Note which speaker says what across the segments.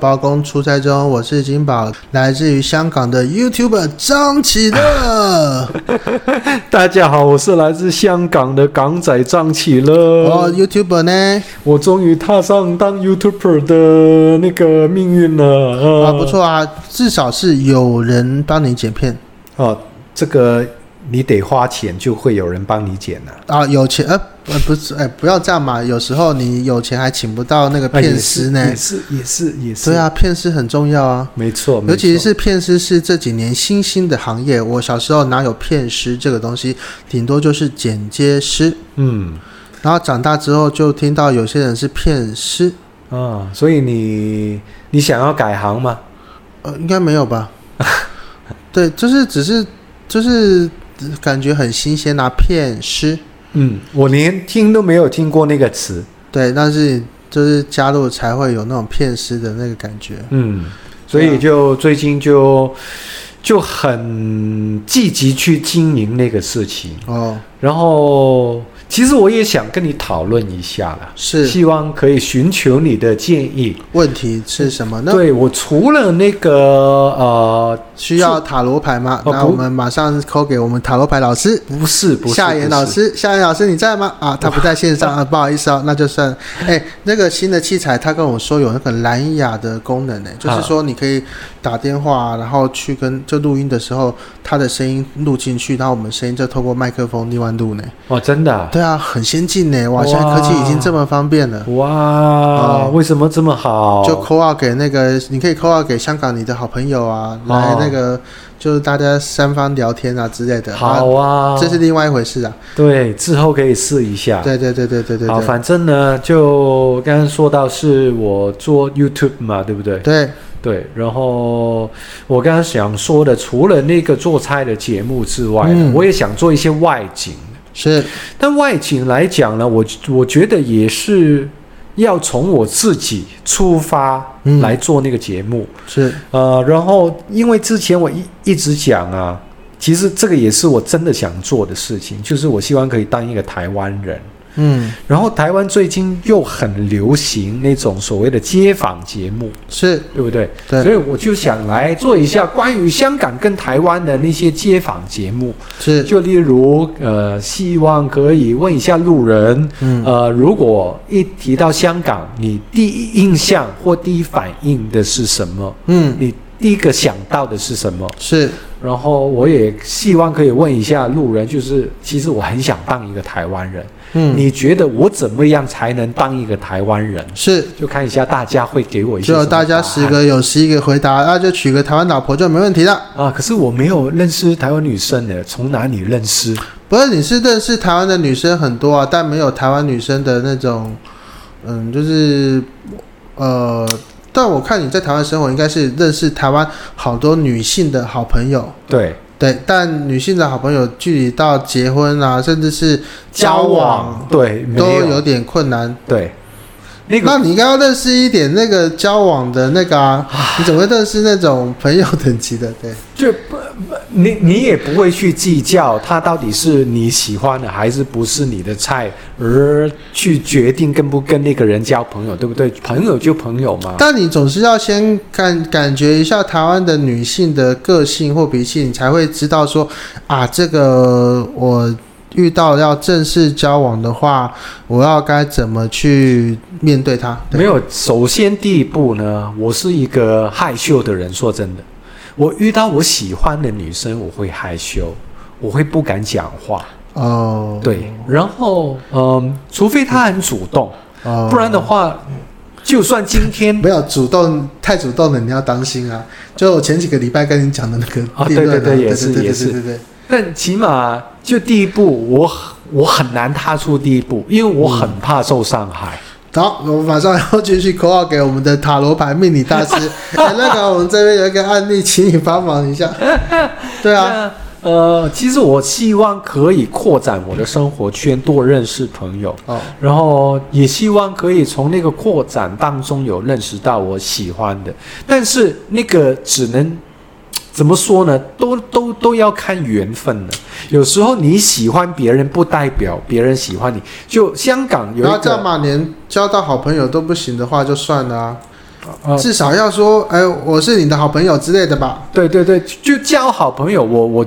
Speaker 1: 包公出差中，我是金宝，来自于香港的 YouTuber 张启乐。
Speaker 2: 大家好，我是来自香港的港仔张启乐。
Speaker 1: 哦，YouTuber 呢？
Speaker 2: 我终于踏上当 YouTuber 的那个命运了。呃、
Speaker 1: 啊，不错啊，至少是有人帮你剪片
Speaker 2: 哦，这个你得花钱，就会有人帮你剪了、
Speaker 1: 啊，有钱呃呃不是哎、不要这样嘛，有时候你有钱还请不到那个
Speaker 2: 啊。也
Speaker 1: 片
Speaker 2: 是
Speaker 1: 师呃呢
Speaker 2: 也。是也是也是。
Speaker 1: 对，啊，片师很重要啊。
Speaker 2: 没错，没
Speaker 1: 尤其
Speaker 2: 错
Speaker 1: 是片师是这几年新兴的行业，我小时候哪有片师这个东西，顶多就是剪接师。
Speaker 2: 嗯
Speaker 1: 然后长大之后就听到有些人是片师，
Speaker 2: 啊，所以你你想要改行吗？
Speaker 1: 呃，应该没有 吧？对，就是只是就是呃感觉很新鲜啊，片师。
Speaker 2: 嗯，我连听都没有听过那个词。
Speaker 1: 对，但是就是加入才会有那种片师的那个感觉。
Speaker 2: 嗯，所以就最近就就很积极去经营那个事情。
Speaker 1: 哦，
Speaker 2: 然后，其实我也想跟你讨论一下了，
Speaker 1: 是
Speaker 2: 希望可以寻求你的建议。
Speaker 1: 问题是什么呢？
Speaker 2: 对我除了那个呃，
Speaker 1: 需要塔罗牌吗？
Speaker 2: 哦
Speaker 1: 那
Speaker 2: 不
Speaker 1: 我们马上扣给我们塔罗牌老师。
Speaker 2: 不是不是
Speaker 1: 夏言老，师，夏言老师你在吗？啊，他 不在线上啊，不好意思啊，那就算。哎，那个新的器材，他跟我说有那个蓝牙的功能
Speaker 2: 啊
Speaker 1: 呢，就是说你可以打电话，然后去跟就录音的时候，他的声音录进去，然后我们声音就透过麦克风另外录呢。
Speaker 2: 不是哦，真的啊、
Speaker 1: 对啊，很先进呢，哇，现在科技已经这么方便了。
Speaker 2: 哇、
Speaker 1: 嗯
Speaker 2: 为什么这么好？
Speaker 1: 就 call out 给那个，你可以 call out 给香港你的好朋友啊，来那个就是大家三方聊天啊之类的。
Speaker 2: 好啊，
Speaker 1: 这是另外一回事啊。
Speaker 2: 对，之后可以试一下。
Speaker 1: 对对对对对对
Speaker 2: 啊好，
Speaker 1: 对。
Speaker 2: 反正呢，就刚刚说到是我做 YouTube 嘛，对不对？
Speaker 1: 对，
Speaker 2: 对，然后我刚刚想说的，除了那个做菜的节目之外呢，
Speaker 1: 嗯
Speaker 2: 我也想做一些外景。
Speaker 1: 是
Speaker 2: 但外景来讲呢，我我觉得也是要从我自己出发
Speaker 1: 嗯
Speaker 2: 来做那个节目。
Speaker 1: 是，
Speaker 2: 呃，然后因为之前我一一直讲啊，其实这个也是我真的想做的事情，就是我希望可以当一个台湾人。
Speaker 1: 嗯，
Speaker 2: 然后台湾最近又很流行那种所谓的街访节目，
Speaker 1: 是
Speaker 2: 对不对？所
Speaker 1: 对，
Speaker 2: 以我就想来做一下关于香港跟台湾的那些街访节目，
Speaker 1: 是，
Speaker 2: 就例如呃，希望可以问一下路人，
Speaker 1: 嗯，
Speaker 2: 呃，如果一提到香港，你第一印象或第一反应的是什么？
Speaker 1: 嗯，
Speaker 2: 你第一个想到的是什么？
Speaker 1: 是，
Speaker 2: 然后我也希望可以问一下路人，就是其实我很想当一个台湾人，
Speaker 1: 嗯，
Speaker 2: 你觉得我怎么样才能当一个台湾人？
Speaker 1: 是。
Speaker 2: 就看一下大家会给我一些
Speaker 1: 只有
Speaker 2: 什么
Speaker 1: 大
Speaker 2: 答
Speaker 1: 家
Speaker 2: 案
Speaker 1: 十个有十一个回答，那就娶个台湾老婆就没问题了。
Speaker 2: 啊，可是我没有认识台湾女生的，从哪里认识？
Speaker 1: 不是，你是认识台湾的女生很多啊，但没有台湾女生的那种，嗯，就是，呃，但我看你在台湾生活，应该是认识台湾好多女性的好朋友。
Speaker 2: 对，
Speaker 1: 对，但女性的好朋友距离到结婚啊，甚至是交往
Speaker 2: 对，没
Speaker 1: 都
Speaker 2: 有
Speaker 1: 有点困难。
Speaker 2: 对，那个
Speaker 1: 那你应该要认识一点那个交往的那个啊，你怎么会认识那种朋友等级的？对，
Speaker 2: 就不不你你也不会去计较他到底是你喜欢的还是不是你的菜，而去决定跟不跟那个人交朋友，对不对？朋友就朋友嘛。
Speaker 1: 但你总是要先感感觉一下台湾的女性的个性或脾气，你才会知道说啊，这个我遇到要正式交往的话，我要该怎么去面对她？对
Speaker 2: 没有，首先第一步呢，我是一个害羞的人。说真的，我遇到我喜欢的女生，我会害羞，我会不敢讲话。
Speaker 1: 哦，
Speaker 2: 对，然后嗯，除非她很主动，
Speaker 1: 哦，
Speaker 2: 不然的话，就算今天
Speaker 1: 没有主动太主动了，你要当心啊！就我前几个礼拜跟你讲的那个
Speaker 2: 啊
Speaker 1: 理论、
Speaker 2: 对对对
Speaker 1: 对
Speaker 2: 也是
Speaker 1: 对对
Speaker 2: 也是
Speaker 1: 对对对，
Speaker 2: 但起码就第一步，我很我很难踏出第一步，因为我很怕受伤害。
Speaker 1: 嗯好，我们马上要继续 call out 给我们的塔罗牌命理大师。哎，那个我们这边有一个案例，请你帮忙一下。对啊，
Speaker 2: 那，呃，其实我希望可以扩展我的生活圈，多认识朋友，
Speaker 1: 哦，
Speaker 2: 然后也希望可以从那个扩展当中有认识到我喜欢的，但是那个只能。怎么说呢？都都都要看缘分的。有时候你喜欢别人，不代表别人喜欢你。就香港有一
Speaker 1: 然后
Speaker 2: 个
Speaker 1: 这样嘛，连交到好朋友都不行的话，就算了啊。
Speaker 2: 呃，
Speaker 1: 至少要说，哎，我是你的好朋友之类的吧？
Speaker 2: 对对对，就交好朋友，我我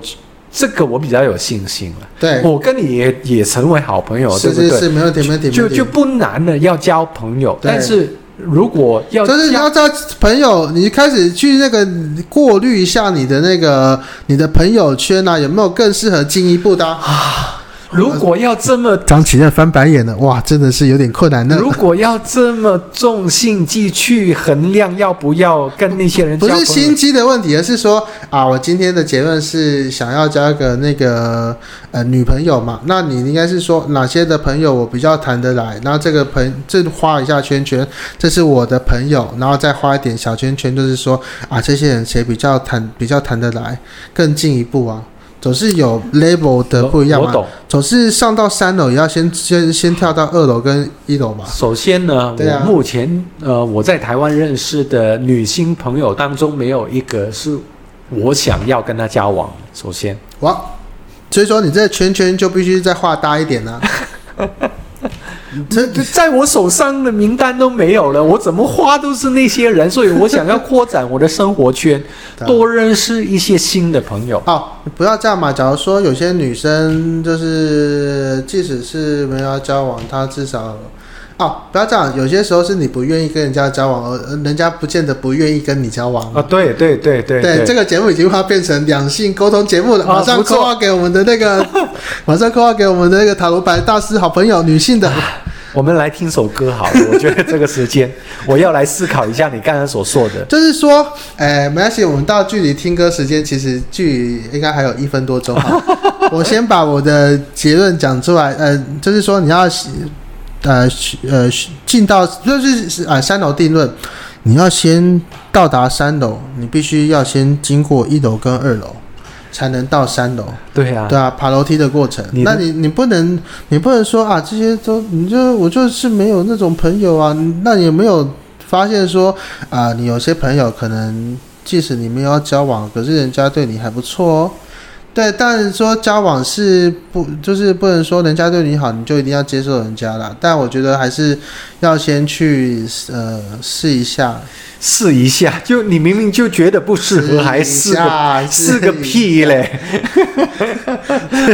Speaker 2: 这个我比较有信心了。
Speaker 1: 对，
Speaker 2: 我跟你也也成为好朋友，
Speaker 1: 哎是
Speaker 2: 对
Speaker 1: 是
Speaker 2: 不对？
Speaker 1: 是，没问题，没问题，没
Speaker 2: 就
Speaker 1: 问题
Speaker 2: 就不难的要交朋友，
Speaker 1: 对
Speaker 2: 但是如果要
Speaker 1: 就是你
Speaker 2: 交
Speaker 1: 要交朋友，你开始去那个过滤一下你的那个你的朋友圈啊，有没有更适合进一步的、啊？
Speaker 2: 如果要这么
Speaker 1: 张启任翻白眼了，哇，真的是有点困难呢。
Speaker 2: 如果要这么重心计去衡量要不要跟那些人交
Speaker 1: 不
Speaker 2: 朋友，
Speaker 1: 是心机的问题，而是说啊，我今天的结论是想要交一个那个呃女朋友嘛。那你应该是说哪些的朋友我比较谈得来，然后这个呃朋这画一下圈圈，这是我的朋友，然后再画一点小圈圈，就是说啊，这些人谁比较谈比较谈得来，更进一步啊。总是有 level 的不一样啊
Speaker 2: 我
Speaker 1: 嘛，
Speaker 2: 懂。
Speaker 1: 总是上到三楼也要先先先跳到二楼跟一楼嘛。
Speaker 2: 首先呢，
Speaker 1: 对啊
Speaker 2: 我目前呃我在台湾认识的女性朋友当中，没有一个是我想要跟她交往的。首先，
Speaker 1: 哇，所以说你这圈圈就必须再画大一点 啊。这，
Speaker 2: 就在我手上的名单都没有了，我怎么花都是那些 人，所以我想要扩展我的生活圈多认识一些新的朋友。
Speaker 1: 哦，不要这样嘛。假如说有些女生就是，即使是没有要交往，她至少哦，不要这样。有些时候是你不愿意跟人家交往，而而人家不见得不愿意跟你交往。
Speaker 2: 啊，对对对对
Speaker 1: 对，这个节目已经快变成两性沟通节目了。
Speaker 2: 哦
Speaker 1: 马上
Speaker 2: 不
Speaker 1: call
Speaker 2: 错
Speaker 1: out 给我们的那个， 马上 call out 给我们的那个塔罗牌大师好朋友女性 的。
Speaker 2: 我们来听首歌好了， 我觉得这个时间我要来思考一下你刚才所说的。
Speaker 1: 就是说，哎、没关系，我们到距离听歌时间其实距离应该还有一分多钟哈。我先把我的结论讲出来，呃，就是说你要呃呃进到就是啊、三楼定论，你要先到达三楼，你必须要先经过一楼跟二楼。才能到三楼，
Speaker 2: 对啊，
Speaker 1: 对啊，爬楼梯的过程。
Speaker 2: 你
Speaker 1: 那你你不能，你不能说啊，这些都你就我就是没有那种朋友啊。那你有没有发现说啊，你有些朋友可能即使你们要交往，可是人家对你还不错哦。对，但是说交往是不，就是不能说人家对你好，你就一定要接受人家啦。但我觉得还是要先去呃试一下，
Speaker 2: 试一下，就你明明就觉得不适合，还
Speaker 1: 试
Speaker 2: 试
Speaker 1: 一
Speaker 2: 个
Speaker 1: 下
Speaker 2: 试个！
Speaker 1: 一
Speaker 2: 屁 嘞！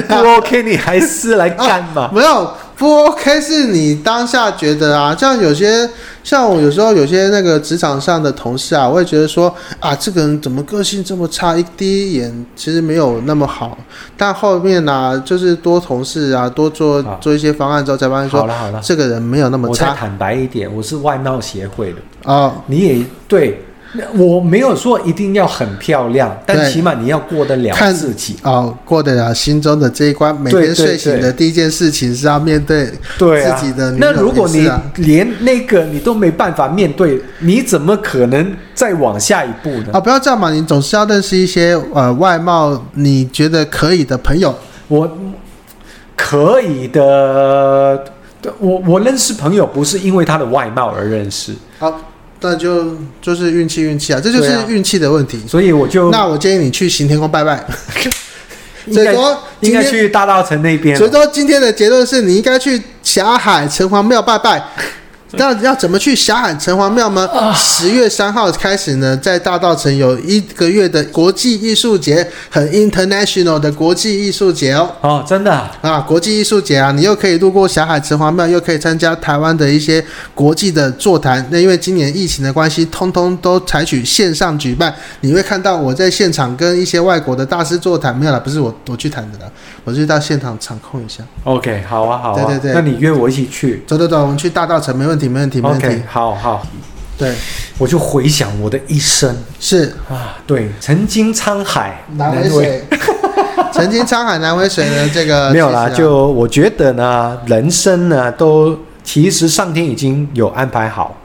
Speaker 2: 不 OK，你还试来干嘛？
Speaker 1: 没有不 OK，是你当下觉得啊，像有些像我有时候有些那个职场上的同事啊，我也觉得说啊，这个人怎么个性这么差，一第一眼其实没有那么好，但后面呢、就是多同事啊，多做
Speaker 2: 好
Speaker 1: 做一些方案之后，才发现
Speaker 2: 好
Speaker 1: 说
Speaker 2: 了好了，
Speaker 1: 这个人没有那么
Speaker 2: 我再
Speaker 1: 差
Speaker 2: 坦白一点，我是外貌协会的，
Speaker 1: 哦。
Speaker 2: 你也对。我没有说一定要很漂亮，但
Speaker 1: 对
Speaker 2: 起码你要过得了
Speaker 1: 看
Speaker 2: 自己。
Speaker 1: 哦，过得了心中的这一关。每
Speaker 2: 对
Speaker 1: 天
Speaker 2: 对
Speaker 1: 睡醒
Speaker 2: 对
Speaker 1: 的第一件事情是要面对
Speaker 2: 对啊，
Speaker 1: 自己的女
Speaker 2: 那
Speaker 1: 友
Speaker 2: 如果
Speaker 1: 也
Speaker 2: 你
Speaker 1: 是啊
Speaker 2: 连那个你都没办法面对，你怎么可能再往下一步呢？
Speaker 1: 啊，不要这样嘛，你总是要认识一些呃外貌你觉得可以的朋友。
Speaker 2: 我可以的，我我认识朋友不是因为他的外貌而认识，
Speaker 1: 好，那就就是运气运气啊，这就是
Speaker 2: 对啊
Speaker 1: 运气的问题。
Speaker 2: 所以我就
Speaker 1: 那我建议你去行天宫拜 拜。所
Speaker 2: 应
Speaker 1: 以
Speaker 2: 该
Speaker 1: 说
Speaker 2: 应
Speaker 1: 今
Speaker 2: 该
Speaker 1: 天，
Speaker 2: 去大稻城那边
Speaker 1: 所以说今天的结论是你应该去霞海城隍庙拜 拜。那要怎么去霞海城隍庙呢？
Speaker 2: 啊
Speaker 1: 十月三号开始呢，在大道城有一个月的国际艺术节，很 international 的国际艺术节哦。
Speaker 2: 哦，真的啊
Speaker 1: 啊，国际艺术节啊，你又可以路过霞海城隍庙，又可以参加台湾的一些国际的座谈。那因为今年疫情的关系，通通都采取线上举办。你会看到我在现场跟一些外国的大师座谈，没有啦，不是我我去谈的啦，我是到现场场控一下。
Speaker 2: ，OK，好啊，好啊，
Speaker 1: 对对对
Speaker 2: 那你约我一起去
Speaker 1: 走走走，我们去大道城，没问题，没问题，没问题。
Speaker 2: ，OK，好好，
Speaker 1: 对，
Speaker 2: 我就回想我的一生
Speaker 1: 是
Speaker 2: 啊，对，曾经沧海
Speaker 1: 南
Speaker 2: 难
Speaker 1: 为
Speaker 2: 为呃
Speaker 1: 水，曾经沧海难为水的这个
Speaker 2: 没有
Speaker 1: 其
Speaker 2: 啦，
Speaker 1: 实啊
Speaker 2: 就我觉得呢，人生呢，都其实上天已经有安排好，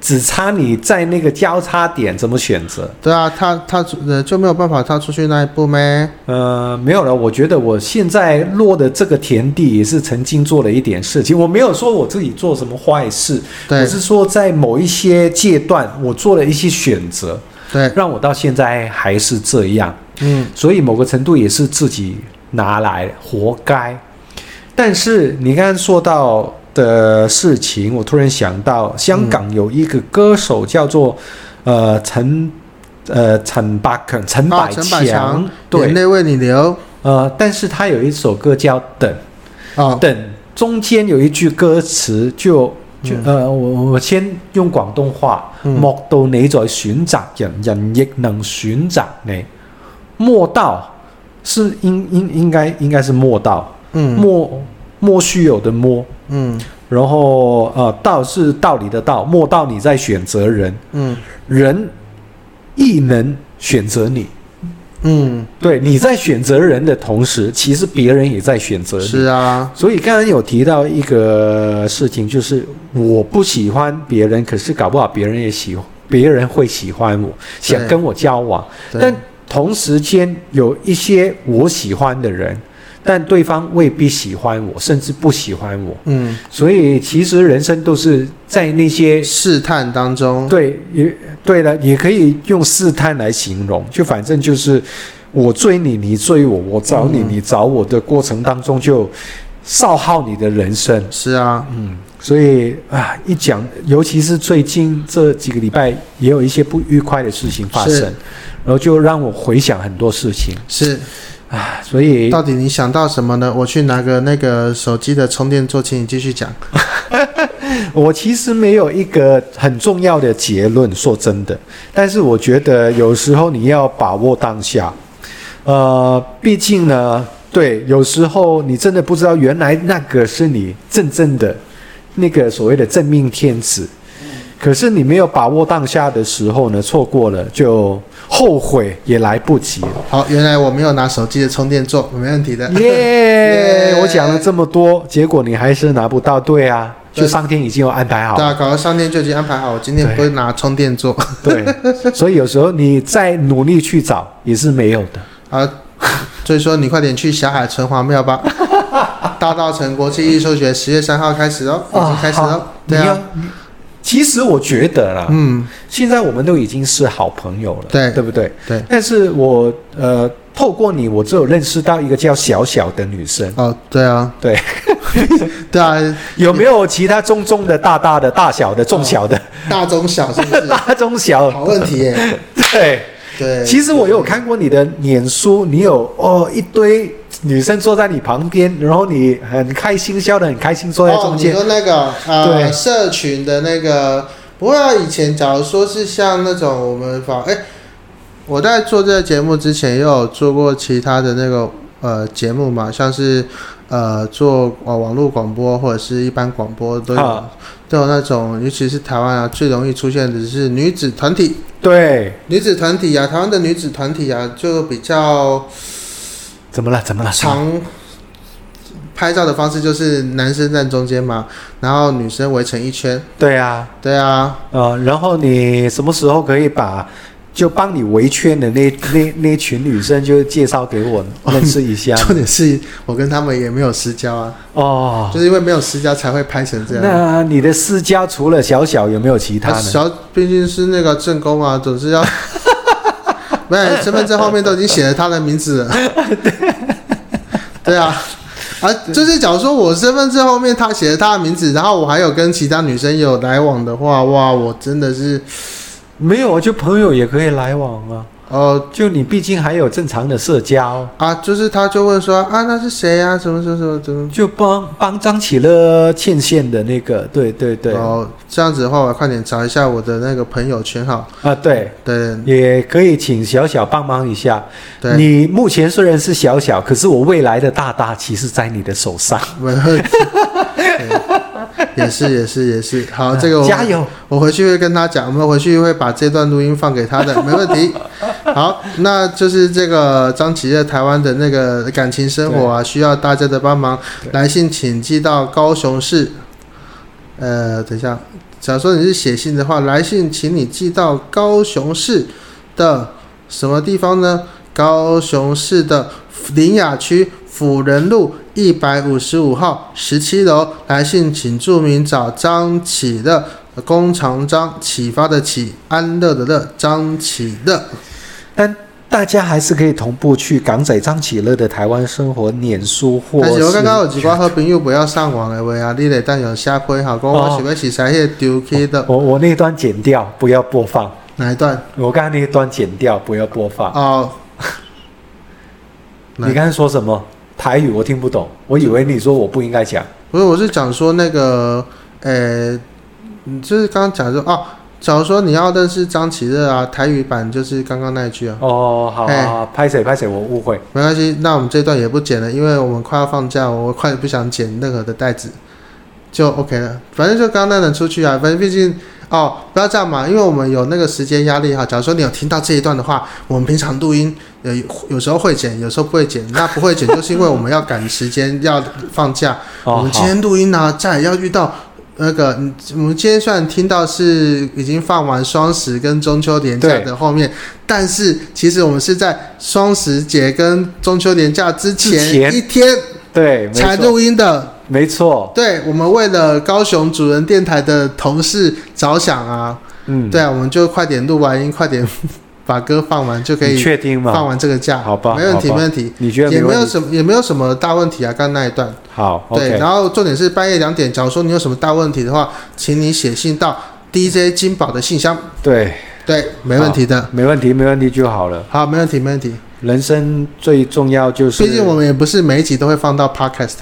Speaker 2: 只差你在那个交叉点怎么选择。
Speaker 1: 对啊，他他呃就没有办法踏出去那一步咩？
Speaker 2: 呃，没有了。我觉得我现在落的这个田地也是曾经做了一点事情。我没有说我自己做什么坏事，我
Speaker 1: 对
Speaker 2: 是说在某一些阶段，我做了一些选择，
Speaker 1: 对，
Speaker 2: 让我到现在还是这样。
Speaker 1: 嗯，
Speaker 2: 所以某个程度也是自己拿来活该。但是你刚刚说到的事情，我突然想到，香港有一个歌手叫做、呃陈呃陈百强，陈
Speaker 1: 啊
Speaker 2: 百
Speaker 1: 陈百强
Speaker 2: 对
Speaker 1: 眼，泪为你流
Speaker 2: 呃，但是他有一首歌叫《等》，
Speaker 1: 啊，
Speaker 2: 等中间有一句歌词就就、呃，我我先用廣東話，
Speaker 1: 嗯
Speaker 2: 莫到你在選擇人，人亦能選擇你。莫道是應應應該應該是莫道，
Speaker 1: 嗯
Speaker 2: 莫莫須有的莫，
Speaker 1: 嗯
Speaker 2: 然后呃道是道理的道，莫道你在選擇人，
Speaker 1: 嗯
Speaker 2: 人亦能選擇你。
Speaker 1: 嗯，
Speaker 2: 对，你在选择人的同时，其实别人也在选择你。
Speaker 1: 是啊，
Speaker 2: 所以刚才有提到一个事情，就是我不喜欢别人，可是搞不好别人也喜，别人会喜欢我，
Speaker 1: 对
Speaker 2: 想跟我交往。
Speaker 1: 对
Speaker 2: 但同时间有一些我喜欢的人，但对方未必喜欢我，甚至不喜欢我。
Speaker 1: 嗯，
Speaker 2: 所以其实人生都是在那些
Speaker 1: 试探当中，
Speaker 2: 对，也对了，也可以用试探来形容，就反正就是我追你，你追我，我找你，
Speaker 1: 嗯
Speaker 2: 你找我的过程当中就消耗你的人生。
Speaker 1: 是啊，
Speaker 2: 嗯，所以啊，一讲，尤其是最近这几个礼拜，也有一些不愉快的事情发生
Speaker 1: 是，
Speaker 2: 然后就让我回想很多事情
Speaker 1: 是。
Speaker 2: 啊，所以
Speaker 1: 到底你想到什么呢？我去拿个那个手机的充电座，请你继续讲。
Speaker 2: 我其实没有一个很重要的结论，说真的，但是我觉得有时候你要把握当下，呃，毕竟呢，对，有时候你真的不知道，原来那个是你真正的那个所谓的真命天子，可是你没有把握当下的时候呢，错过了就后悔也来不及了。
Speaker 1: 好，原来我没有拿手机的充电座，没问题的。
Speaker 2: 耶、
Speaker 1: 耶
Speaker 2: 我讲了这么多，结果你还是拿不到，对啊，就
Speaker 1: 对
Speaker 2: 上天已经有安排好了
Speaker 1: 对。啊，搞到上天就已经安排好，我今天不会拿充电座。
Speaker 2: 对，所以有时候你再努力去找也是没有的。
Speaker 1: 好，所以说你快点去小海城隍庙吧。大稻城国际艺术节十月三号开始哦，已经开始
Speaker 2: 好
Speaker 1: 了。对
Speaker 2: 你要
Speaker 1: 啊，
Speaker 2: 其实我觉得啦，
Speaker 1: 嗯，
Speaker 2: 现在我们都已经是好朋友了，
Speaker 1: 对
Speaker 2: 对不对？
Speaker 1: 对。
Speaker 2: 但是我呃，透过你，我只有认识到一个叫小小的女生，
Speaker 1: 哦，对啊，
Speaker 2: 对，
Speaker 1: 对啊，
Speaker 2: 有没有其他中中的、大大的、大小的、中小的、
Speaker 1: 大中小是 不是？
Speaker 2: 大中小？
Speaker 1: 好问题耶。
Speaker 2: 对。
Speaker 1: 嗯对，
Speaker 2: 其实我有看过你的脸书，你有哦一堆女生坐在你旁边，然后你很开心，笑得很开心，坐在中间
Speaker 1: 哦、。你说那个呃
Speaker 2: 对
Speaker 1: 社群的那个，不过、啊、以前假如说是像那种我们访，哎，我在做这个节目之前也有做过其他的那个呃节目嘛，像是呃做网网络广播或者是一般广播都有
Speaker 2: 啊
Speaker 1: 都有那种，尤其是台湾啊最容易出现的是女子团体，
Speaker 2: 对，
Speaker 1: 女子团体啊，台湾的女子团体啊就比较
Speaker 2: 怎么了？怎么了？
Speaker 1: 常拍照的方式就是男生站中间嘛，然后女生围成一圈。
Speaker 2: 对啊，
Speaker 1: 对啊，
Speaker 2: 呃，然后你什么时候可以把就帮你围圈的那那那群女生就介绍给我认识 一下？
Speaker 1: 重点是我跟他们也没有私交啊，
Speaker 2: 哦，
Speaker 1: 就是因为没有私交才会拍成这样。
Speaker 2: 那你的私交除了小小有没有其他
Speaker 1: 啊
Speaker 2: 呢？
Speaker 1: 小毕竟是那个正宫啊，总是 要，没有身份证后面都已经写了他的名字了。对啊，啊，就是假如说我身份证后面他写了他的名字，然后我还有跟其他女生有来往的话，哇，我真的是
Speaker 2: 没有，啊就朋友也可以来往啊。
Speaker 1: 哦、
Speaker 2: 就你毕竟还有正常的社交，
Speaker 1: 啊，就是他就问说啊，那是谁啊？什么什么什么怎么？
Speaker 2: 就帮帮张起乐牵线的那个，对对对，
Speaker 1: 哦，这样子的话，我快点找一下我的那个朋友圈哈。
Speaker 2: 啊对，
Speaker 1: 对
Speaker 2: 也可以请小小帮忙一下。
Speaker 1: 对，
Speaker 2: 你目前虽然是小小，可是我未来的大大其实在你的手上。
Speaker 1: 我 对也是也是也是，好，这个我
Speaker 2: 加油！
Speaker 1: 我回去会跟他讲，我们回去会把这段录音放给他的，没问题。好，那就是这个张琪在台湾的那个感情生活啊，需要大家的帮忙。来信请寄到高雄市，呃，等一下，假如说你是写信的话，来信请你寄到高雄市的什么地方呢？高雄市的林雅区辅仁路一百五十五号十七楼，来信请注明找张启乐工长张启发的启，安乐的乐，张启乐。
Speaker 2: 但大家还是可以同步去港仔张启乐的台湾生活脸书或
Speaker 1: 但是我刚刚有
Speaker 2: 是。
Speaker 1: 一寡好朋友不要上网的话啊，你来等用下批哈，讲我想要是哦啥迄丢弃的
Speaker 2: 我我那一段剪掉，不要播放。
Speaker 1: 哪一段？
Speaker 2: 我刚刚那一段剪掉，不要播放。
Speaker 1: 哦，来
Speaker 2: 你刚才说什么？台语我听不懂，我以为你说我不应该讲。
Speaker 1: 不是，我是讲说那个，呃，你就是刚刚讲说哦，假如说你要认识张启乐啊，台语版就是刚刚那一句啊，
Speaker 2: 哦，好
Speaker 1: 哎
Speaker 2: 好，好拍谁拍谁，我误会。
Speaker 1: 没关系，那我们这段也不剪了，因为我们快要放假，我快点不想剪任何的带子，就 OK 了。反正就刚刚那人出去啊，反正毕竟哦，不要这样嘛，因为我们有那个时间压力哈。假如说你有听到这一段的话，我们平常录音有有时候会剪，有时候不会剪。那不会剪就是因为我们要赶时间，要放假。我
Speaker 2: 哦，
Speaker 1: 们今
Speaker 2: 好，
Speaker 1: 天录音呢、再要遇到那个，嗯我们今天虽然听到是已经放完双十跟中秋连假
Speaker 2: 对
Speaker 1: 的后面，但是其实我们是在双十节跟中秋连假之
Speaker 2: 之前
Speaker 1: 前一天
Speaker 2: 对，没
Speaker 1: 才
Speaker 2: 错，
Speaker 1: 录音的。
Speaker 2: 没错，
Speaker 1: 对，我们为了高雄主人电台的同事着想啊，
Speaker 2: 嗯，
Speaker 1: 对啊，我们就快点录完音，快点把歌放完就可
Speaker 2: 你
Speaker 1: 以
Speaker 2: 确定
Speaker 1: 放
Speaker 2: 吗？
Speaker 1: 完这个假，
Speaker 2: 好吧
Speaker 1: 没问题，
Speaker 2: 好
Speaker 1: 没
Speaker 2: 吧
Speaker 1: 问题，
Speaker 2: 你觉得
Speaker 1: 也
Speaker 2: 没
Speaker 1: 没有
Speaker 2: 问题？
Speaker 1: 什么也没有什么大问题啊，刚刚那一段。
Speaker 2: 好
Speaker 1: 对，
Speaker 2: ，OK，
Speaker 1: 然后重点是半夜两点，假如说你有什么大问题的话，请你写信
Speaker 2: 嗯
Speaker 1: 到 DJ 金宝的信箱。
Speaker 2: 对，
Speaker 1: 对，没问题的。
Speaker 2: 没问题，没问题就好了。
Speaker 1: 好，没问题，没问题。
Speaker 2: 人生最重要就是，
Speaker 1: 毕竟我们也不是每一集都会放到 Podcast，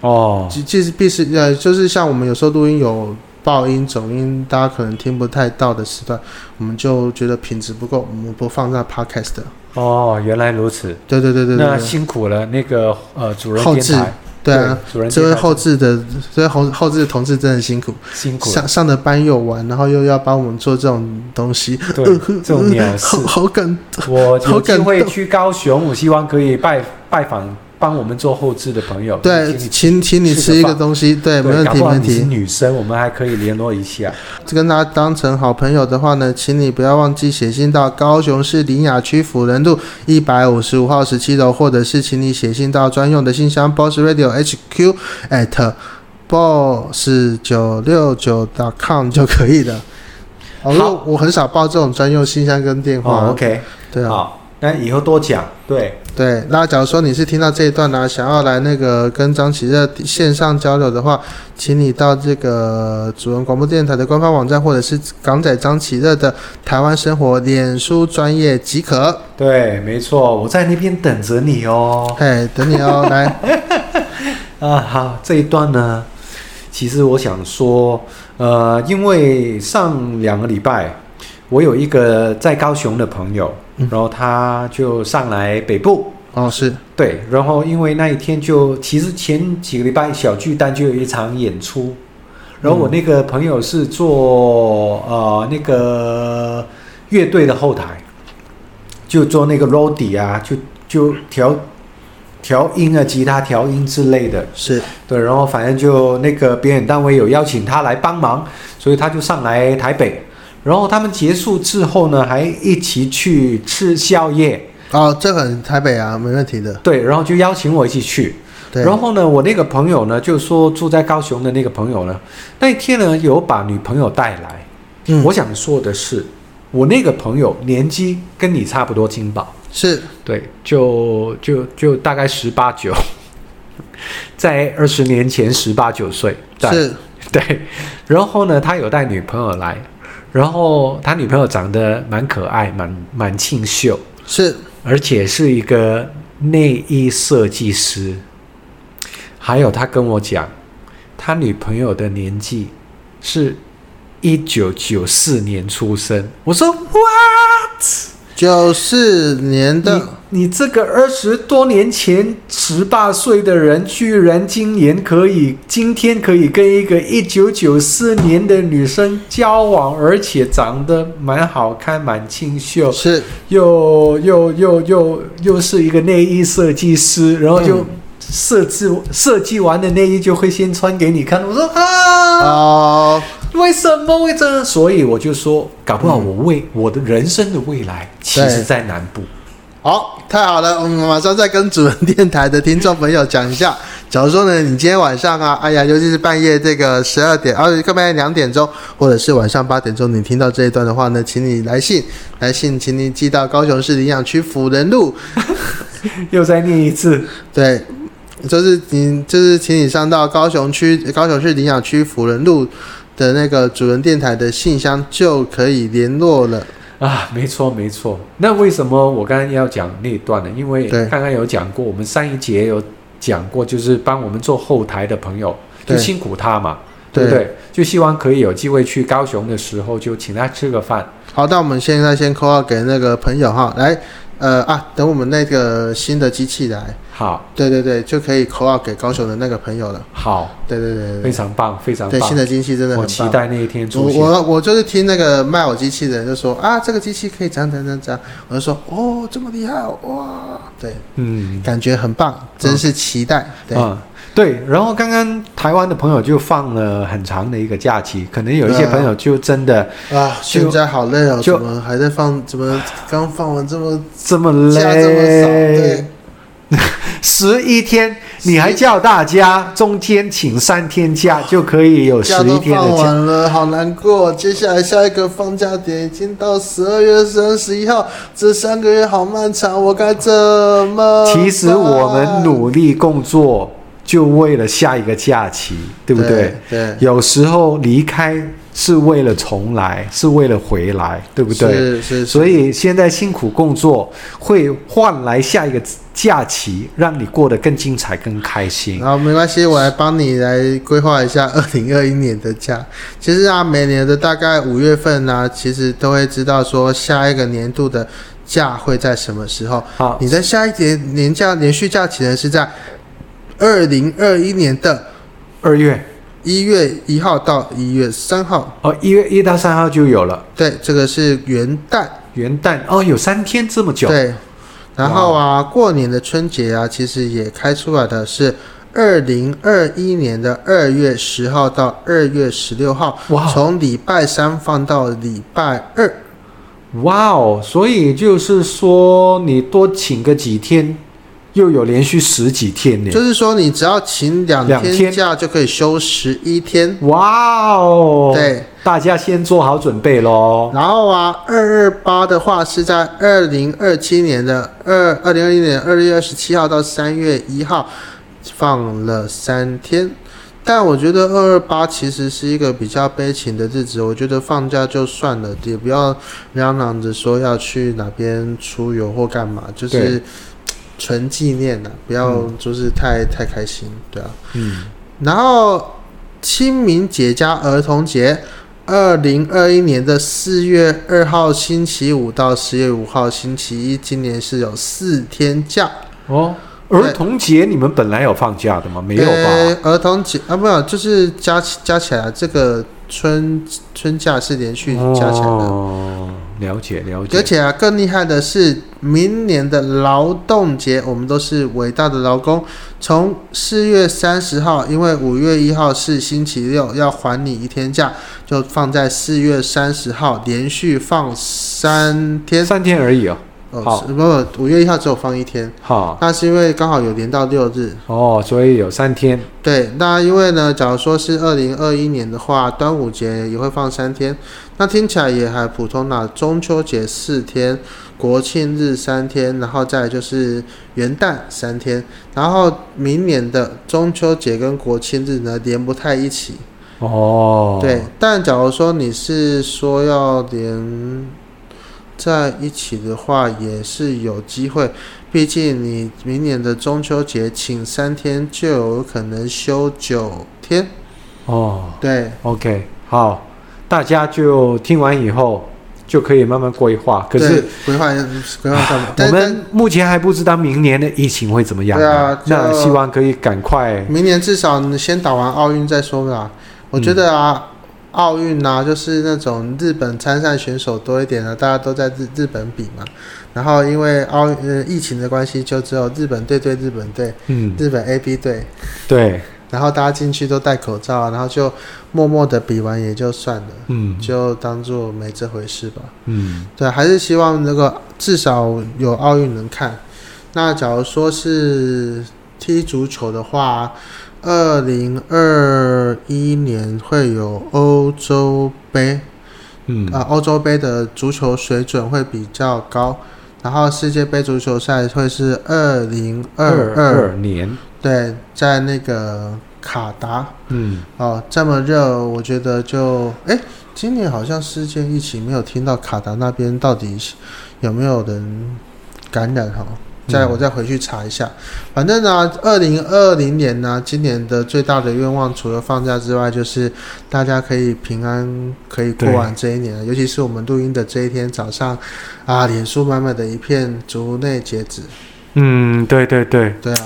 Speaker 2: 哦，
Speaker 1: 即即使必须呃，就是像我们有时候录音有爆音、走音，大家可能听不太到的时段，我们就觉得品质不够，我们不放在 Podcast。
Speaker 2: 哦，原来如此。
Speaker 1: 对对对对
Speaker 2: 那
Speaker 1: 对
Speaker 2: 辛苦了，那个呃，主任
Speaker 1: 后
Speaker 2: 电
Speaker 1: 置
Speaker 2: 台，
Speaker 1: 对啊！，
Speaker 2: 主任
Speaker 1: 这位
Speaker 2: 电台
Speaker 1: 后置的，这位后后置的同志真的很辛苦，
Speaker 2: 辛苦了，
Speaker 1: 上上的班又晚，然后又要帮我们做这种东西，
Speaker 2: 对，这种鸟事
Speaker 1: 呃 好，好感啊
Speaker 2: 我有
Speaker 1: 好
Speaker 2: 机
Speaker 1: 感
Speaker 2: 会
Speaker 1: 动
Speaker 2: 去高雄，我希望可以拜拜访帮我们做后置的朋友，
Speaker 1: 对，
Speaker 2: 请你
Speaker 1: 请请你吃一个东西，对，没问
Speaker 2: 搞
Speaker 1: 题，没
Speaker 2: 不好
Speaker 1: 问
Speaker 2: 你是
Speaker 1: 题。
Speaker 2: 女生，我们还可以联络一下。
Speaker 1: 跟他当成好朋友的话呢，请你不要忘记写信到高雄市林雅区辅仁路一百五十五号十七楼，或者是请你写信到专用的信箱 boss radio hq at boss 九六九 com 就可以了。哦，因为我很少报这种专用信箱跟电话。
Speaker 2: 哦，OK，
Speaker 1: 对啊。
Speaker 2: 好，那以后多讲。对，
Speaker 1: 对，那假如说你是听到这一段呢、想要来那个跟张启热线上交流的话，请你到这个主人广播电台的官方网站，或者是港仔张启热的台湾生活脸书专业即 可。
Speaker 2: 对，没错，我在那边等着你哦。
Speaker 1: 嘿，等你哦，来，
Speaker 2: 啊，好，这一段呢，其实我想说，呃，因为上两个礼拜，我有一个在高雄的朋友，然后他就上来北部，
Speaker 1: 哦是，
Speaker 2: 对，然后因为那一天就其实前几个礼拜小巨蛋就有一场演出，然后我那个朋友是做呃那个乐队的后台，就做那个 r o d y 啊，就就调调音啊，吉他调音之类的。
Speaker 1: 是，
Speaker 2: 对，然后反正就那个表演单位有邀请他来帮忙，所以他就上来台北。然后他们结束之后呢，还一起去吃宵夜。
Speaker 1: 哦，这很台北啊，没问题的。
Speaker 2: 对，然后就邀请我一起去。
Speaker 1: 对，
Speaker 2: 然后呢，我那个朋友呢，就说住在高雄的那个朋友呢，那一天呢有把女朋友带来。
Speaker 1: 嗯，
Speaker 2: 我想说的是，我那个朋友年纪跟你差不多，金宝，
Speaker 1: 是
Speaker 2: 对，就就就大概十八九， 在二十年前十八九岁，在
Speaker 1: 是，
Speaker 2: 对，然后呢，他有带女朋友来，然后他女朋友长得蛮可爱，蛮蛮清秀，
Speaker 1: 是
Speaker 2: 而且是一个内衣设计师。还有，他跟我讲，他女朋友的年纪是一九九四年出生。我说，what？
Speaker 1: 九四年的，
Speaker 2: 你你这个二十多年前十八岁的人，居然今年可以今天可以跟一个一九九四年的女生交往，而且长得蛮好看、蛮清秀，
Speaker 1: 是
Speaker 2: 又又又又又是一个内衣设计师，然后就
Speaker 1: 嗯
Speaker 2: 设置、设计完的内衣就会先穿给你看。我说啊，
Speaker 1: 哦，
Speaker 2: 为什么会这样？嗯所以我就说，搞不好我未、我的人生的未来其实在南部。
Speaker 1: 哦好，太好了，我们马上再跟主人电台的听众朋友讲一下。假如说呢，你今天晚上啊，哎呀，尤其是半夜这个十二点，而且更半夜两点钟，或者是晚上八点钟，你听到这一段的话呢，请你来信，来信，请你寄到高雄市领养区辅仁路，
Speaker 2: 又再念一次，
Speaker 1: 对。就是你，就是请你上到高雄区高雄市领养区辅仁路的那个主人电台的信箱就可以联络了。
Speaker 2: 啊，没错没错。那为什么我刚刚要讲那一段呢？因为
Speaker 1: 对
Speaker 2: 刚刚有讲过，我们上一节有讲过，就是帮我们做后台的朋友，就
Speaker 1: 对
Speaker 2: 辛苦他嘛，
Speaker 1: 对
Speaker 2: 对不对？就希望可以有机会去高雄的时候，就请他吃个饭。
Speaker 1: 好，那我们现在先扣号给那个朋友哈，来，呃啊，等我们那个新的机器来，
Speaker 2: 好，
Speaker 1: 对对对，就可以扣号给高雄的那个朋友了。
Speaker 2: 好，
Speaker 1: 对对对
Speaker 2: 非
Speaker 1: 对
Speaker 2: 常棒，非常
Speaker 1: 对，对新
Speaker 2: 棒。
Speaker 1: 的机器真的
Speaker 2: 我
Speaker 1: 很
Speaker 2: 期
Speaker 1: 棒。
Speaker 2: 待那一天
Speaker 1: 我
Speaker 2: 出现。
Speaker 1: 我我就是听那个卖我机器的人就说啊，这个机器可以怎样怎样怎样怎样，我就说哦，这么厉害哦哇，对，
Speaker 2: 嗯，
Speaker 1: 感觉很棒，真是期待。对，
Speaker 2: 啊、对，然后刚刚台湾的朋友就放了很长的一个假期，可能有一些
Speaker 1: 对啊
Speaker 2: 朋友就真的
Speaker 1: 啊，现在好累哦，
Speaker 2: 就
Speaker 1: 怎么还在放？怎么刚放完这么
Speaker 2: 这么
Speaker 1: 假这么少？
Speaker 2: 累
Speaker 1: 对，，
Speaker 2: 十一天，
Speaker 1: 11
Speaker 2: 你还叫大家中间请三天假就可以有十
Speaker 1: 假
Speaker 2: 一
Speaker 1: 都
Speaker 2: 天
Speaker 1: 放
Speaker 2: 的假，
Speaker 1: 完了，好难过。接下来下一个放假点已经到十二月三十一号，这三个月好漫长，我该怎么办？
Speaker 2: 其实我们努力工作就为了下一个假期，对不对？？
Speaker 1: 对，
Speaker 2: 有时候离开是为了重来，是为了回来，对不对？
Speaker 1: 是是，
Speaker 2: 所以现在辛苦工作会换来下一个假期，让你过得更精彩、更开心。
Speaker 1: 然后没关系，我来帮你来规划一下 二零二一年的假。其实啊，每年的大概五月份呢、其实都会知道说下一个年度的假会在什么时候。
Speaker 2: 好，
Speaker 1: 你在下一年年假连续假期呢是在二零二一年的
Speaker 2: 二月
Speaker 1: 一月一号到一月三号。
Speaker 2: 哦，一月一到三号就有了
Speaker 1: 对，这个是元旦。
Speaker 2: 元旦哦，有三天这么久。
Speaker 1: 对，然后啊，过年的春节啊，其实也开出来的是二零二一年的二月十号到二月十六号，
Speaker 2: 哇
Speaker 1: 从礼拜三放到礼拜二。
Speaker 2: 哇哦，所以就是说你多请个几天，又有连续十几天呢。
Speaker 1: 就是说，你只要请两
Speaker 2: 两
Speaker 1: 天
Speaker 2: 天
Speaker 1: 假就可以休十一天。
Speaker 2: 哇哦，，
Speaker 1: 对，
Speaker 2: 大家先做好准备喽。
Speaker 1: 然后啊，二二八的话是在二零二七年的二二零二一年二月二十七号到三月一号放了三天，但我觉得二二八其实是一个比较悲情的日子。我觉得放假就算了，也不要嚷嚷着说要去哪边出游或干嘛，就是
Speaker 2: 对
Speaker 1: 纯纪念呐、不要就是太、太开心，对啊。
Speaker 2: 嗯，
Speaker 1: 然后清明节加儿童节，二零二一年的四月二号星期五到十月五号星期一，今年是有四天假，
Speaker 2: 哦，
Speaker 1: 对
Speaker 2: 儿童节你们本来有放假的吗？没有吧？
Speaker 1: 呃儿童节啊，没有，就是加起加起来，这个春春假是连续加起来的。
Speaker 2: 哦，了解了解
Speaker 1: 而。且啊，更厉害的是，明年的劳动节，我们都是伟大的劳工。从四月三十号，因为五月一号是星期六，要还你一天假，就放在四月三十号，连续放三天。
Speaker 2: 三天而已哦。
Speaker 1: 哦
Speaker 2: 好，
Speaker 1: 是不不，五月一号只有放一天，
Speaker 2: 好，
Speaker 1: 那是因为刚好有连到六日。
Speaker 2: 哦，所以有三天，
Speaker 1: 对，那因为呢，假如说是二零二一年的话，端午节也会放三天，那听起来也还普通啦。中秋节四天，国庆日三天，然后再来就是元旦三天，然后明年的中秋节跟国庆日呢连不太一起。
Speaker 2: 哦，
Speaker 1: 对，，但假如说你是说要连在一起的话，也是有机会。毕竟你明年的中秋节请三天，就有可能休九天。
Speaker 2: 哦
Speaker 1: 对，
Speaker 2: ，OK，好，大家就听完以后就可以慢慢规划。可
Speaker 1: 对
Speaker 2: 是
Speaker 1: 规划规划干嘛？
Speaker 2: 我
Speaker 1: 但
Speaker 2: 们目前还不知道明年的疫情会怎么样、
Speaker 1: 对啊
Speaker 2: 那
Speaker 1: 就
Speaker 2: 希望可以赶快
Speaker 1: 但明年至少你先打完奥运再说啦。我觉得
Speaker 2: 嗯
Speaker 1: 啊，奥运啊，就是那种日本参赛选手多一点啊的，大家都在日日本比嘛。然后因为奥呃疫情的关系，就只有日本队对日本队。
Speaker 2: 嗯，
Speaker 1: 日本 A B 队，
Speaker 2: 对，
Speaker 1: 然后大家进去都戴口罩啊，然后就默默的比完也就算了，
Speaker 2: 嗯
Speaker 1: 就当做没这回事吧。
Speaker 2: 嗯
Speaker 1: 对，还是希望那个至少有奥运能看。那假如说是踢足球的话，二零二一年会有欧洲杯，
Speaker 2: 嗯
Speaker 1: 啊，欧洲杯的足球水准会比较高，然后世界杯足球赛会是二零二二，
Speaker 2: 二年，
Speaker 1: 对，在那个卡达
Speaker 2: 嗯
Speaker 1: 哦，这么热，我觉得就哎，今年好像世界疫情没有听到卡达那边到底是有没有人感染哈、哦，再
Speaker 2: 嗯
Speaker 1: 我再回去查一下。反正呢，二零二零年呢，今年的最大的愿望除了放假之外，就是大家可以平安可以过
Speaker 2: 对
Speaker 1: 完这一年了。尤其是我们录音的这一天早上，啊，脸书满满的一片竹内截止，
Speaker 2: 嗯，对对对
Speaker 1: 对啊，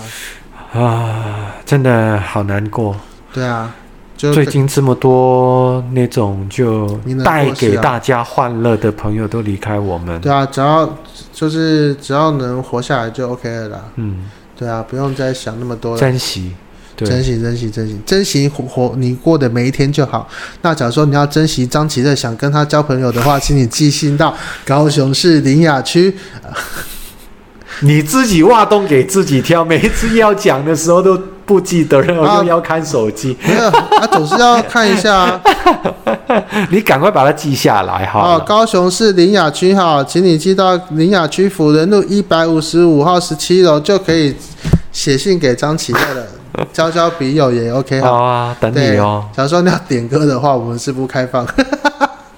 Speaker 2: 啊，真的好难过。
Speaker 1: 对啊，就
Speaker 2: 最近这么多那种就
Speaker 1: 你能
Speaker 2: 带
Speaker 1: 过世
Speaker 2: 给
Speaker 1: 啊
Speaker 2: 大家欢乐的朋友都离开我们，
Speaker 1: 对啊，只要就是只要能活下来就 OK 了啦。
Speaker 2: 嗯，
Speaker 1: 对啊，不用再想那么多了，
Speaker 2: 珍惜，
Speaker 1: 珍
Speaker 2: 对，
Speaker 1: 惜珍惜珍惜珍惜活活你过的每一天就好。那假如说你要珍惜张琪乐，想跟他交朋友的话，请你寄信到高雄市林雅区。
Speaker 2: 你自己挖洞给自己挑，每一次要讲的时候都不记得，然
Speaker 1: 啊
Speaker 2: 后又要看手机，
Speaker 1: 没有，他总是要看一下 啊。
Speaker 2: 你赶快把它记下来好
Speaker 1: 哦，
Speaker 2: 了。
Speaker 1: 高雄市林雅区哈，请你寄到林雅区辅仁路一百五十五号十七楼，就可以写信给张琪乐 了，交交笔友也 OK 哈。
Speaker 2: 好啊，等你
Speaker 1: 对
Speaker 2: 哦。
Speaker 1: 假如说你要点歌的话，我们是不开 放。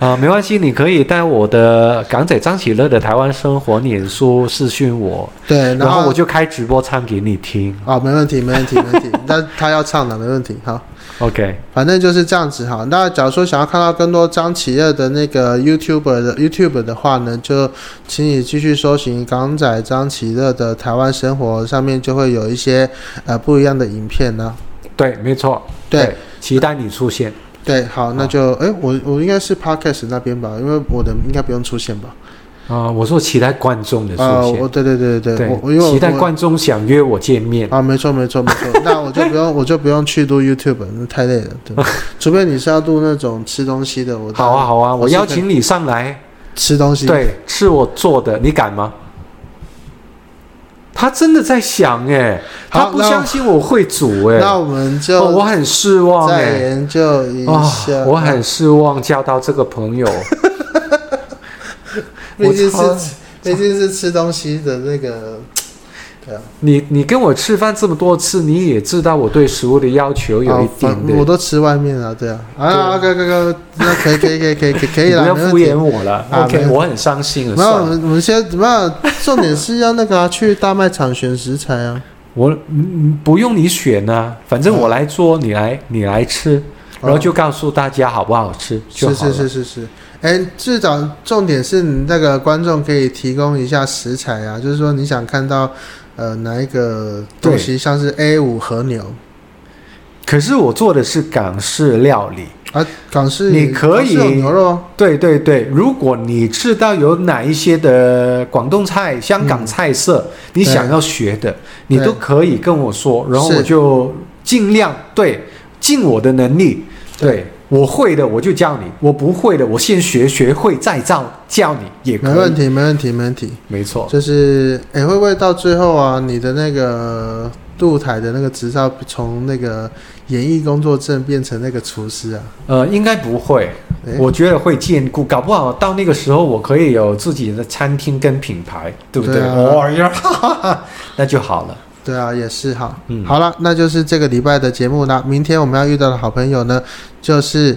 Speaker 2: 啊，没关系，你可以带我的港仔张喜乐的台湾生活脸书私讯我，
Speaker 1: 对，
Speaker 2: 然
Speaker 1: 后
Speaker 2: 后我就开直播唱给你听。
Speaker 1: 啊、没问题，没问题，没问 题。那他要唱的，没问题。好，
Speaker 2: OK，
Speaker 1: 反正就是这样子哈。那假如说想要看到更多张启乐的那个 YouTuber 的 YouTube 的话呢，就请你继续搜寻港仔张启乐的台湾生活，上面就会有一些呃不一样的影片呢、
Speaker 2: 对，没错，
Speaker 1: 对
Speaker 2: 期待你出现。
Speaker 1: 对，好，那就哎、我我应该是 Podcast 那边吧，因为我的应该不用出现吧？
Speaker 2: 啊、我说期待观众的出
Speaker 1: 啊、
Speaker 2: 现，
Speaker 1: 我对对对对对，我我因为
Speaker 2: 对，
Speaker 1: 我
Speaker 2: 期待
Speaker 1: 我
Speaker 2: 观众想约我见面。
Speaker 1: 啊，没错没错没 错，那我就不用我就不用去录 YouTube，了那太累了。对，除非你是要录那种吃东西的，我
Speaker 2: 好啊，好啊，
Speaker 1: 我
Speaker 2: 我
Speaker 1: 是
Speaker 2: 邀请你上来，
Speaker 1: 吃东西。
Speaker 2: 对，是我做的，你敢吗？他真的在想哎，
Speaker 1: 好
Speaker 2: 他不
Speaker 1: 那我
Speaker 2: 相信我会煮哎，
Speaker 1: 那我们
Speaker 2: 哦我
Speaker 1: 就
Speaker 2: 很失望
Speaker 1: 再
Speaker 2: 哎，
Speaker 1: 研究一
Speaker 2: 啊
Speaker 1: 下。，
Speaker 2: 我很失望交到这个朋 友，
Speaker 1: 毕竟是
Speaker 2: 我超
Speaker 1: 毕竟是吃东西的那个，对啊，
Speaker 2: 你你跟我吃饭这么多次，你也知道我对食物的要求有一
Speaker 1: 啊
Speaker 2: 点
Speaker 1: 反
Speaker 2: 的，
Speaker 1: 我都吃外面了，对啊。啊，OK OK OK，那可以可以可以可以 可以可以
Speaker 2: 你不
Speaker 1: 了，
Speaker 2: 要
Speaker 1: 没问
Speaker 2: 敷
Speaker 1: 题
Speaker 2: 衍。我了。
Speaker 1: 啊没
Speaker 2: OK，
Speaker 1: 问题
Speaker 2: 我很伤心了，
Speaker 1: 没有，我
Speaker 2: 算了。
Speaker 1: 们我们先没有，重点是要那个啊，去大卖场选食材啊。
Speaker 2: 我嗯嗯不用你选啊，反正我来做，你来你来吃，然后
Speaker 1: 哦
Speaker 2: 就告诉大家好不好吃就是好了。
Speaker 1: 是是是是，哎、至少重点是你那个观众可以提供一下食材啊，就是说你想看到呃哪一个东西，像是 A 五和牛
Speaker 2: 可是我做的是港式料理，
Speaker 1: 啊，港式
Speaker 2: 你可以
Speaker 1: 港式有牛肉哦，
Speaker 2: 对对对。如果你知道有哪一些的广东菜、香港菜色，你想要学的，你
Speaker 1: 嗯对
Speaker 2: 都可以跟我说，然后
Speaker 1: 是
Speaker 2: 我就尽量对尽我的能力，对我会的我就教你，我不会的我先学学会再教教你也可
Speaker 1: 没
Speaker 2: 以。哦
Speaker 1: 问题，没问题，没问题。
Speaker 2: 没错。
Speaker 1: 就是哎、会不会到最后啊，你的那个露台的那个执照从那个演艺工作证变成那个厨师啊？哎
Speaker 2: 呃，应该不会，
Speaker 1: 诶
Speaker 2: 我觉得会兼顾，搞不好到那个时候我可以有自己的餐厅跟品牌，对不对？
Speaker 1: 对啊
Speaker 2: 哦呀，哈哈哈那就好了。
Speaker 1: 对啊，也是哈。
Speaker 2: 嗯
Speaker 1: 好了，那就是这个礼拜的节目啦。明天我们要遇到的好朋友呢，就是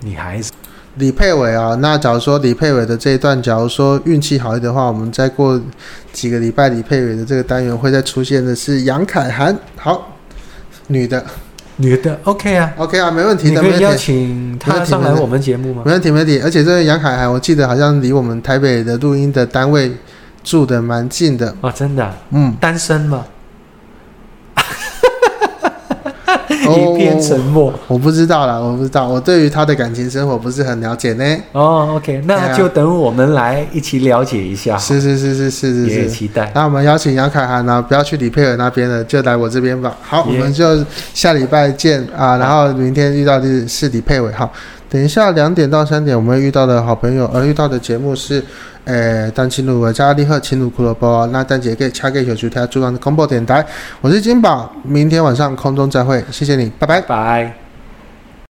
Speaker 2: 你还是
Speaker 1: 李佩伟啊。那假如说李佩伟的这一段，假如说运气好一点的话，我们再过几个礼拜，李佩伟的这个单元会再出现的是杨凯涵，好，女的
Speaker 2: 女的，OK 啊？
Speaker 1: ，OK 啊，没问题
Speaker 2: 你
Speaker 1: 的，
Speaker 2: 可
Speaker 1: 没
Speaker 2: 以邀
Speaker 1: 问题。
Speaker 2: 请
Speaker 1: 没
Speaker 2: 她
Speaker 1: 问题
Speaker 2: 上来
Speaker 1: 没问题
Speaker 2: 我们节目吗？
Speaker 1: 没问题，没问题。而且这个杨凯涵，我记得好像离我们台北的录音的单位住的蛮近的。
Speaker 2: 嗯啊，真的啊、
Speaker 1: 嗯，
Speaker 2: 单身吗？
Speaker 1: 哦
Speaker 2: 一片沉默。
Speaker 1: 我不知道啦，我不知道，我对于他的感情生活不是很了解呢。
Speaker 2: 哦，OK，那
Speaker 1: 对啊
Speaker 2: 就等我们来一起了解一下，
Speaker 1: 是是是是是
Speaker 2: 也
Speaker 1: 是是。
Speaker 2: 期待。
Speaker 1: 那我们邀请杨凯涵呢、不要去李佩尔那边了，就来我这边吧。好，我
Speaker 2: Yeah
Speaker 1: 们就下礼拜见啊。然后明天遇到的是李佩伟哈。等一下两点到三点，我们会遇到的好朋友，而遇到的节目是，呃，单亲路我加利赫亲路骷髅包。那丹姐给掐给小球台中央的公播电台，我是金宝，明天晚上空中再会，谢谢你，拜拜。
Speaker 2: 拜。